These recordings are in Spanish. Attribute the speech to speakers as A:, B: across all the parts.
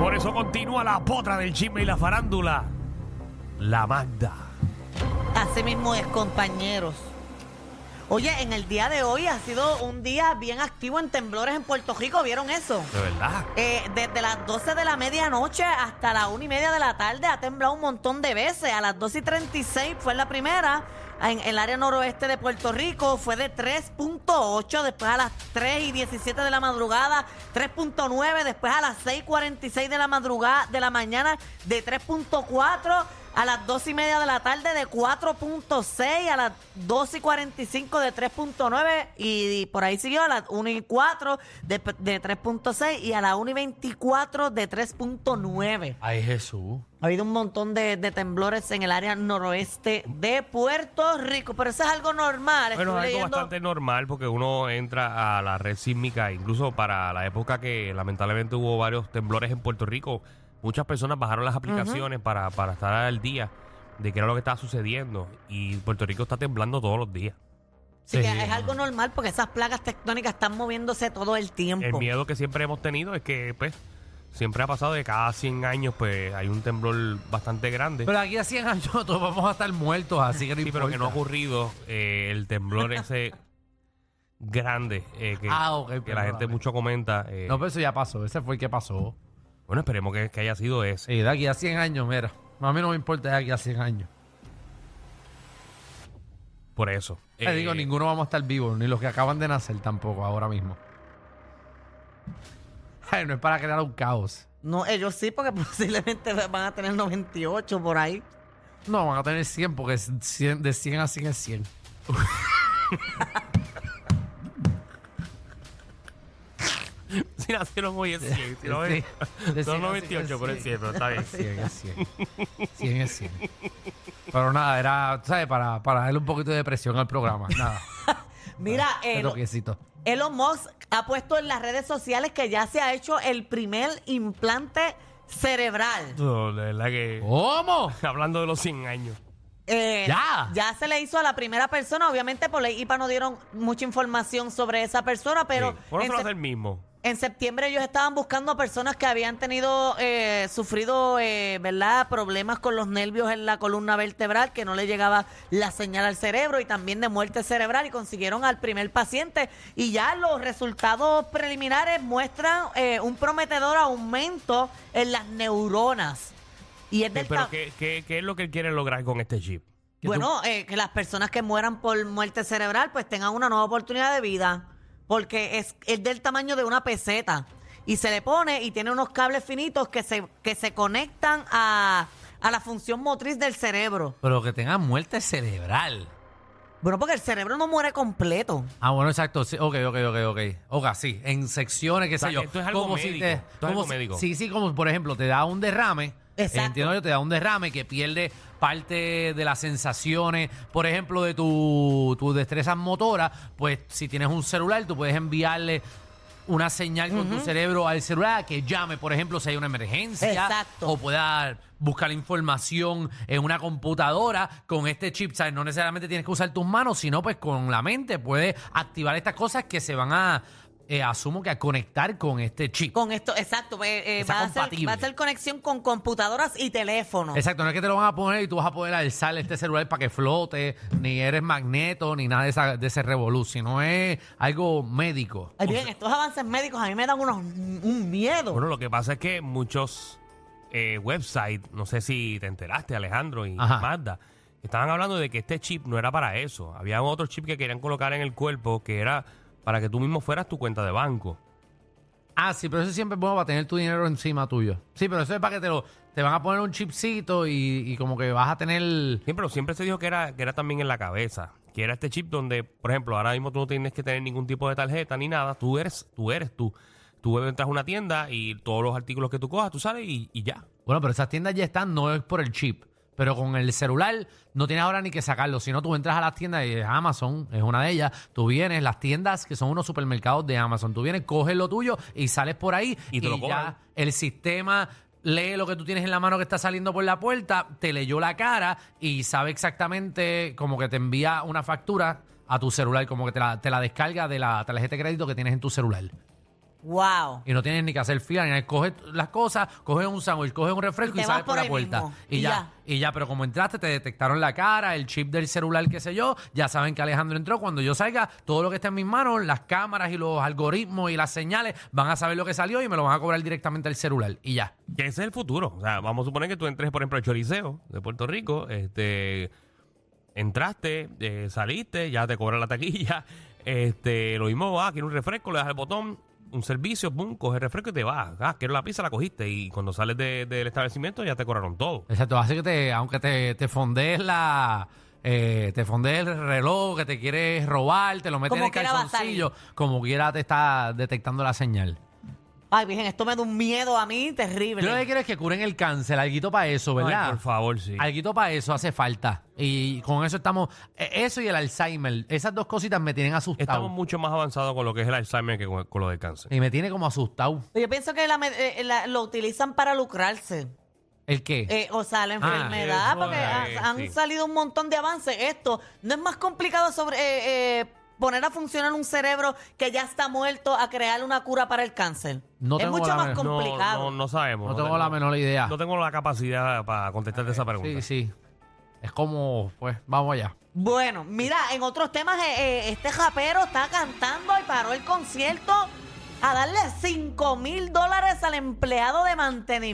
A: Continúa la potra del chisme y la farándula. La Magda.
B: Así mismo es, compañeros. Oye, en el día de hoy ha sido un día bien activo en temblores en Puerto Rico, ¿vieron eso?
A: De verdad.
B: Eh, desde las 12 de la medianoche hasta las 1 y media de la tarde ha temblado un montón de veces. A las 2 y 36 fue la primera en el área noroeste de Puerto Rico. Fue de 3.8, después a las 3 y 17 de la madrugada, 3.9, después a las 6 y 46 de la madrugada, de la mañana, de 3.4. A las 2 y media de la tarde de 4.6, a las 2 y 45 de 3.9 y, y por ahí siguió a las 1 y 4 de, de 3.6 y a las 1 y 24 de 3.9.
A: Ay, Jesús.
B: Ha habido un montón de, de temblores en el área noroeste de Puerto Rico, pero eso es algo normal. Estuve
A: Bueno, es algo
B: leyendo-
A: bastante normal porque uno entra a la red sísmica, incluso para la época que lamentablemente hubo varios temblores en Puerto Rico, muchas personas bajaron las aplicaciones para, para estar al día de qué era lo que estaba sucediendo y Puerto Rico está temblando todos los días.
B: Así que
A: Sí.
B: es algo normal porque esas placas tectónicas están moviéndose todo el tiempo.
A: El miedo que siempre hemos tenido es que, pues, siempre ha pasado de cada 100 años, pues, hay un temblor bastante grande.
C: Pero aquí a 100 años todos vamos a estar muertos, así que no
A: sí, pero que no ha
C: importa.
A: ocurrido eh, el temblor ese grande eh, que,
C: Ah, ok,
A: que la
C: perdóname.
A: gente mucho comenta. eh,
C: No, pero eso ya pasó, ese fue el que pasó.
A: Bueno, esperemos que, que haya sido ese.
C: Sí, de aquí a 100 años, mira. A mí no me importa de aquí a 100 años.
A: Por eso.
C: Te
A: Eh,
C: digo, ninguno vamos a estar vivos, ni los que acaban de nacer tampoco ahora mismo. Ay, no es para crear un caos.
B: No, ellos sí, porque posiblemente van a tener 98 por ahí.
C: No, van a tener 100 porque es 100 de 100 a 100 es 100.
A: Si nacieron hoy es 100. Si no, es,
C: Sí, de
A: no
C: cien a
A: 98, pero es
C: cien.
A: 100. Está bien.
C: 100 es 100. 100 es 100. Pero nada, era, ¿sabes? Para, para darle un poquito de presión al programa. Nada.
B: Mira, eh,
C: Este
B: Elo-
C: toquecito.
B: Elon Musk ha puesto en las redes sociales que ya se ha hecho el primer implante cerebral.
A: No, la verdad que...
C: ¿Cómo?
A: Hablando de los 100 años.
B: Eh,
C: Ya.
B: Ya se le hizo a la primera persona. Obviamente por ley IPA no dieron mucha información sobre esa persona, pero
A: Sí. Por
B: en
A: eso lo
B: sep-
A: hace el mismo.
B: En septiembre ellos estaban buscando a personas que habían tenido, eh, sufrido, eh, ¿verdad?, problemas con los nervios en la columna vertebral, que no le llegaba la señal al cerebro y también de muerte cerebral y consiguieron al primer paciente. Y ya los resultados preliminares muestran eh, un prometedor aumento en las neuronas. Y es
A: Sí,
B: del
A: pero
B: ta-
A: ¿qué, qué, qué es lo que él quiere lograr con este chip?
C: Que
B: bueno, eh, que las personas que mueran por muerte cerebral pues tengan una nueva oportunidad de vida, porque es, es del tamaño de una peseta y se le pone y tiene unos cables finitos que se, que se conectan a, a la función motriz del cerebro.
C: Pero que tenga muerte cerebral.
B: Bueno, porque el cerebro no muere completo.
C: Ah, bueno, exacto. Sí, ok, ok, ok, ok. Ok, sí. En secciones, qué
A: sea,
C: sé yo.
A: que esto es algo médico. Esto es algo
C: si-
A: médico.
C: Sí, sí, como por ejemplo, te da un derrame.
B: Exacto.
C: Entiendo yo, te da un derrame que pierde parte de las sensaciones, por ejemplo, de tu, tu destreza motora. Pues si tienes un celular, tú puedes enviarle una señal con tu cerebro al celular a que llame, por ejemplo, si hay una emergencia.
B: Exacto.
C: O pueda buscar información en una computadora con este chip. O sea, no necesariamente tienes que usar tus manos, sino pues con la mente puedes activar estas cosas que se van a, eh, asumo que a conectar con este chip.
B: Con esto, exacto, eh, eh,
C: Está
B: va, a hacer,
C: compatible.
B: va a hacer conexión con computadoras y teléfonos.
C: Exacto, no es que te lo van a poner y tú vas a poder alzar este celular para que flote, ni eres magneto, ni nada de, esa- de ese revolú, sino es algo médico.
B: Ay, bien, estos avances médicos a mí me dan unos, un miedo.
A: Bueno, lo que pasa es que muchos eh, websites, no sé si te enteraste, Alejandro y
C: Ajá.
A: Magda, estaban hablando de que este chip no era para eso. Había otro chip que querían colocar en el cuerpo que era para que tú mismo fueras tu cuenta de banco.
C: Ah, sí, pero eso siempre es bueno para tener tu dinero encima tuyo. Sí, pero eso es para que te lo... Te van a poner un chipcito y, y como que vas a tener...
A: Sí, pero siempre se dijo que era, que era también en la cabeza. Que era este chip donde, por ejemplo, ahora mismo tú no tienes que tener ningún tipo de tarjeta ni nada. Tú eres, tú eres tú. Tú entras a una tienda y todos los artículos que tú cojas, tú sales y, y ya.
C: Bueno, pero esas tiendas ya están, no es por el chip. Pero con el celular no tienes ahora ni que sacarlo. Si no, tú entras a las tiendas y es Amazon, es una de ellas. Tú vienes, las tiendas que son unos supermercados de Amazon. Tú vienes, coges lo tuyo y sales por ahí.
A: Y te lo cobran.
C: ya el sistema lee lo que tú tienes en la mano que está saliendo por la puerta, te leyó la cara y sabe exactamente como que te envía una factura a tu celular, como que te la, te la descarga de la tarjeta de crédito que tienes en tu celular.
B: Wow.
C: Y no tienes ni que hacer fila, ni nada. Coges las cosas, coges un sándwich, coges un refresco
B: Y
C: y,
B: te vas
C: sales por,
B: por
C: la
B: ahí
C: puerta.
B: mismo.
C: Y,
B: Y
C: ya.
B: ya.
C: Y ya, pero como entraste, te detectaron la cara, el chip del celular, qué sé yo. Ya saben que Alejandro entró. Cuando yo salga, todo lo que está en mis manos, las cámaras y los algoritmos y las señales, van a saber lo que salió y me lo van a cobrar directamente al celular. Y ya.
A: Que ese es el futuro. O sea, vamos a suponer que tú entres, por ejemplo, al Choriceo de Puerto Rico. Este, entraste, eh, saliste, ya te cobran la taquilla. Este, lo mismo, ah, quiero un refresco, le das al botón, un servicio, pum, coges el refresco y te vas. Ah, quiero la pizza, la cogiste. Y cuando sales de- del establecimiento ya te cobraron todo.
C: Exacto, así que te, aunque te, te fondees la. eh, te fondees el reloj que te quieres robar, te lo metes
B: Como
C: en el
B: quiera va a
C: calzoncillo, como quiera te está detectando la señal.
B: Ay, Virgen, esto me da un miedo a mí terrible.
C: Yo lo que quiero es que curen el cáncer, alguito para eso, ¿verdad?
A: Ay, por favor, sí.
C: Alguito para eso hace falta. Y con eso estamos. eh, Eso y el Alzheimer, esas dos cositas me tienen asustado.
A: Estamos mucho más avanzados con lo que es el Alzheimer que con, con lo del cáncer.
C: Y me tiene como asustado.
B: Yo pienso que la med- eh, la- lo utilizan para lucrarse.
C: ¿El qué?
B: Eh, o sea,
C: Ah,
B: la enfermedad,
A: eso,
B: porque ha-
A: eh,
B: han
A: sí.
B: salido un montón de avances. Esto no es más complicado sobre eh, eh, poner a funcionar un cerebro que ya está muerto a crear una cura para el cáncer.
C: No
B: es
C: tengo
B: mucho
C: la
B: más
C: menor-
A: No,
B: complicado.
A: No, no sabemos.
C: no, tengo, la menor idea.
A: No tengo la capacidad para contestarte esa pregunta.
C: sí, sí. Es como, pues, vamos allá.
B: Bueno, mira, en otros temas, eh, eh, este japero está cantando y paró el concierto a darle 5 mil dólares al empleado de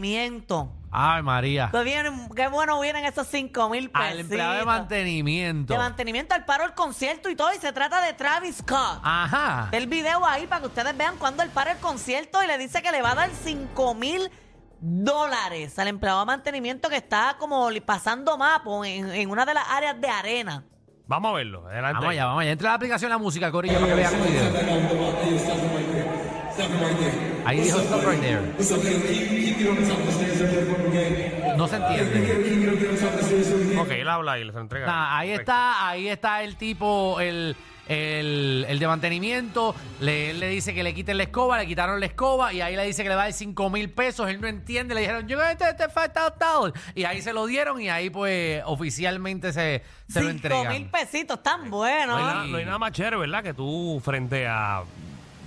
B: mantenimiento.
C: Ay, María.
B: Qué, bien- qué bueno vienen esos 5 mil pesos.
C: Al empleado de mantenimiento.
B: De mantenimiento, él paró el concierto y todo, y se trata de Travis Scott.
C: Ajá.
B: Está el video ahí para que ustedes vean cuando él para el concierto y le dice que le va a dar 5 mil dólares al empleado de mantenimiento que está como li- pasando mapo en, en una de las áreas de arena.
A: Vamos a verlo. Adelante.
C: Vamos allá, vamos allá. Entra a la aplicación la música, Corillo, para que vean el video. Ahí dijo Stop Right There. No se entiende.
A: Ok, él habla y les entrega.
C: Nah, ahí
A: Perfecto.
C: está, ahí está el tipo, el, el, el de mantenimiento. Le, él le dice que le quiten la escoba, le quitaron la escoba y ahí le dice que le va a dar 5 mil pesos. Él no entiende, le dijeron, yo este, este falta tal. Y ahí se lo dieron y ahí pues oficialmente se, se lo
B: 5
C: entregan.
B: mil pesitos, tan
A: No hay,
B: buenos.
A: nada, no hay nada más chévere, ¿verdad? Que tú frente a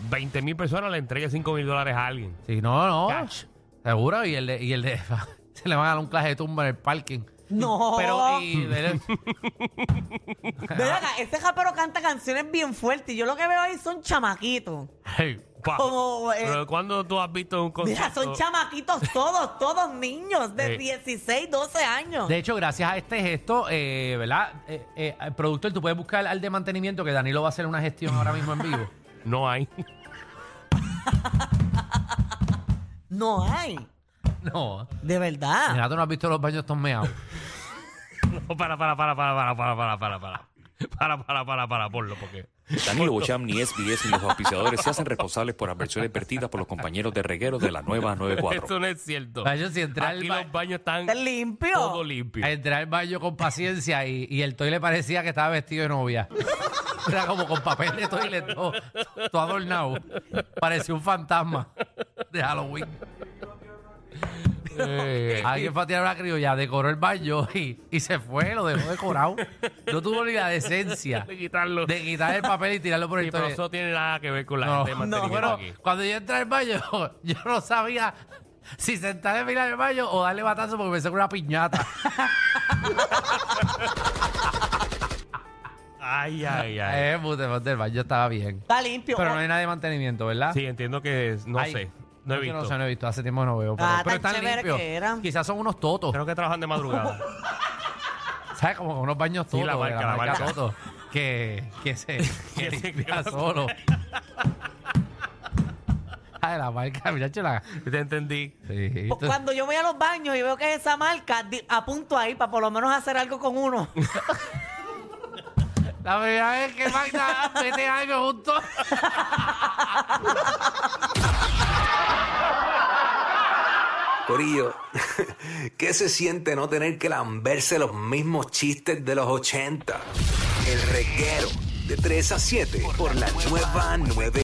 A: 20 mil personas le entregues 5 mil dólares a alguien.
C: Sí, no, no.
A: Cash.
C: Seguro, y el de, y el de se le van a dar un clase de tumba en el parking.
B: No.
C: Pero, y de-
B: Ven acá, ese japero canta canciones bien fuertes y yo lo que veo ahí son chamaquitos.
C: Hey,
A: Pa.
B: Como, eh,
A: Pero ¿cuándo tú has visto un concierto?
B: Mira, son chamaquitos todos, todos niños de
A: Eh.
B: 16, 12 años.
C: De hecho, gracias a este gesto, eh, ¿verdad? Eh, eh, al productor, tú puedes buscar al de mantenimiento que Danilo va a hacer una gestión ahora mismo en vivo.
A: No hay.
B: No hay,
C: No.
B: de verdad.
C: Mira, tú no has visto los baños tomeados.
A: No, para, para, para, para, para, para, para, para, para. Para, para, para, para, ponlo, porque.
D: Danilo Bocham, ni SBS ni los auspiciadores se hacen responsables por adversiones vertidas por los compañeros de reguero de la nueva 94.
A: Esto no es cierto.
C: Baño si entra al
A: Aquí
C: ba-
A: los baños están
B: Está limpio.
A: todo limpio.
C: Entré al baño con paciencia y, y el toile parecía que estaba vestido de novia. Era como con papel de toile todo, todo adornado. Parecía un fantasma de Halloween. Eh, Alguien fue a tirar una criolla, decoró el baño y, y se fue, lo dejó decorado. No tuvo ni la decencia
A: De quitarlo.
C: de quitar el papel y tirarlo por el
A: Sí, pero
C: toile.
A: eso tiene nada que ver con la
C: No,
A: gente de
C: no,
A: mantenimiento
C: bueno,
A: aquí.
C: cuando yo entré al baño, yo no sabía si sentarme en fila del baño o darle batazo porque pensé que era una piñata.
A: Ay, ay, ay.
C: Eh, pute, ponte, el baño estaba bien.
B: Está limpio.
C: Pero no hay nada de mantenimiento, ¿verdad?
A: Sí, entiendo que es- no
C: Ay,
A: sé. No he
C: es que
A: visto.
C: No sé, no he visto. Hace tiempo que no veo. Pero,
B: Ah,
C: pero
B: tan
C: están
B: chévere
C: limpios.
B: que eran.
C: Quizás son unos totos.
A: Creo que trabajan de madrugada.
C: ¿Sabes? Como unos baños
A: Sí,
C: totos.
A: la
C: de
A: marca, la marca.
C: Toto, que, que se que
A: Que se
C: limpia
A: queda-
C: solo. Ay, la marca, mira, chula.
A: Te entendí.
C: Sí.
B: Pues cuando yo voy a los baños y veo que es esa marca, di- apunto ahí para por lo menos hacer algo con uno.
C: La primera vez que Magda mete algo junto.
E: Corillo, ¿qué se siente no tener que lamberse los mismos chistes de los 80? El reguero de 3 a 7 por la nueva 9.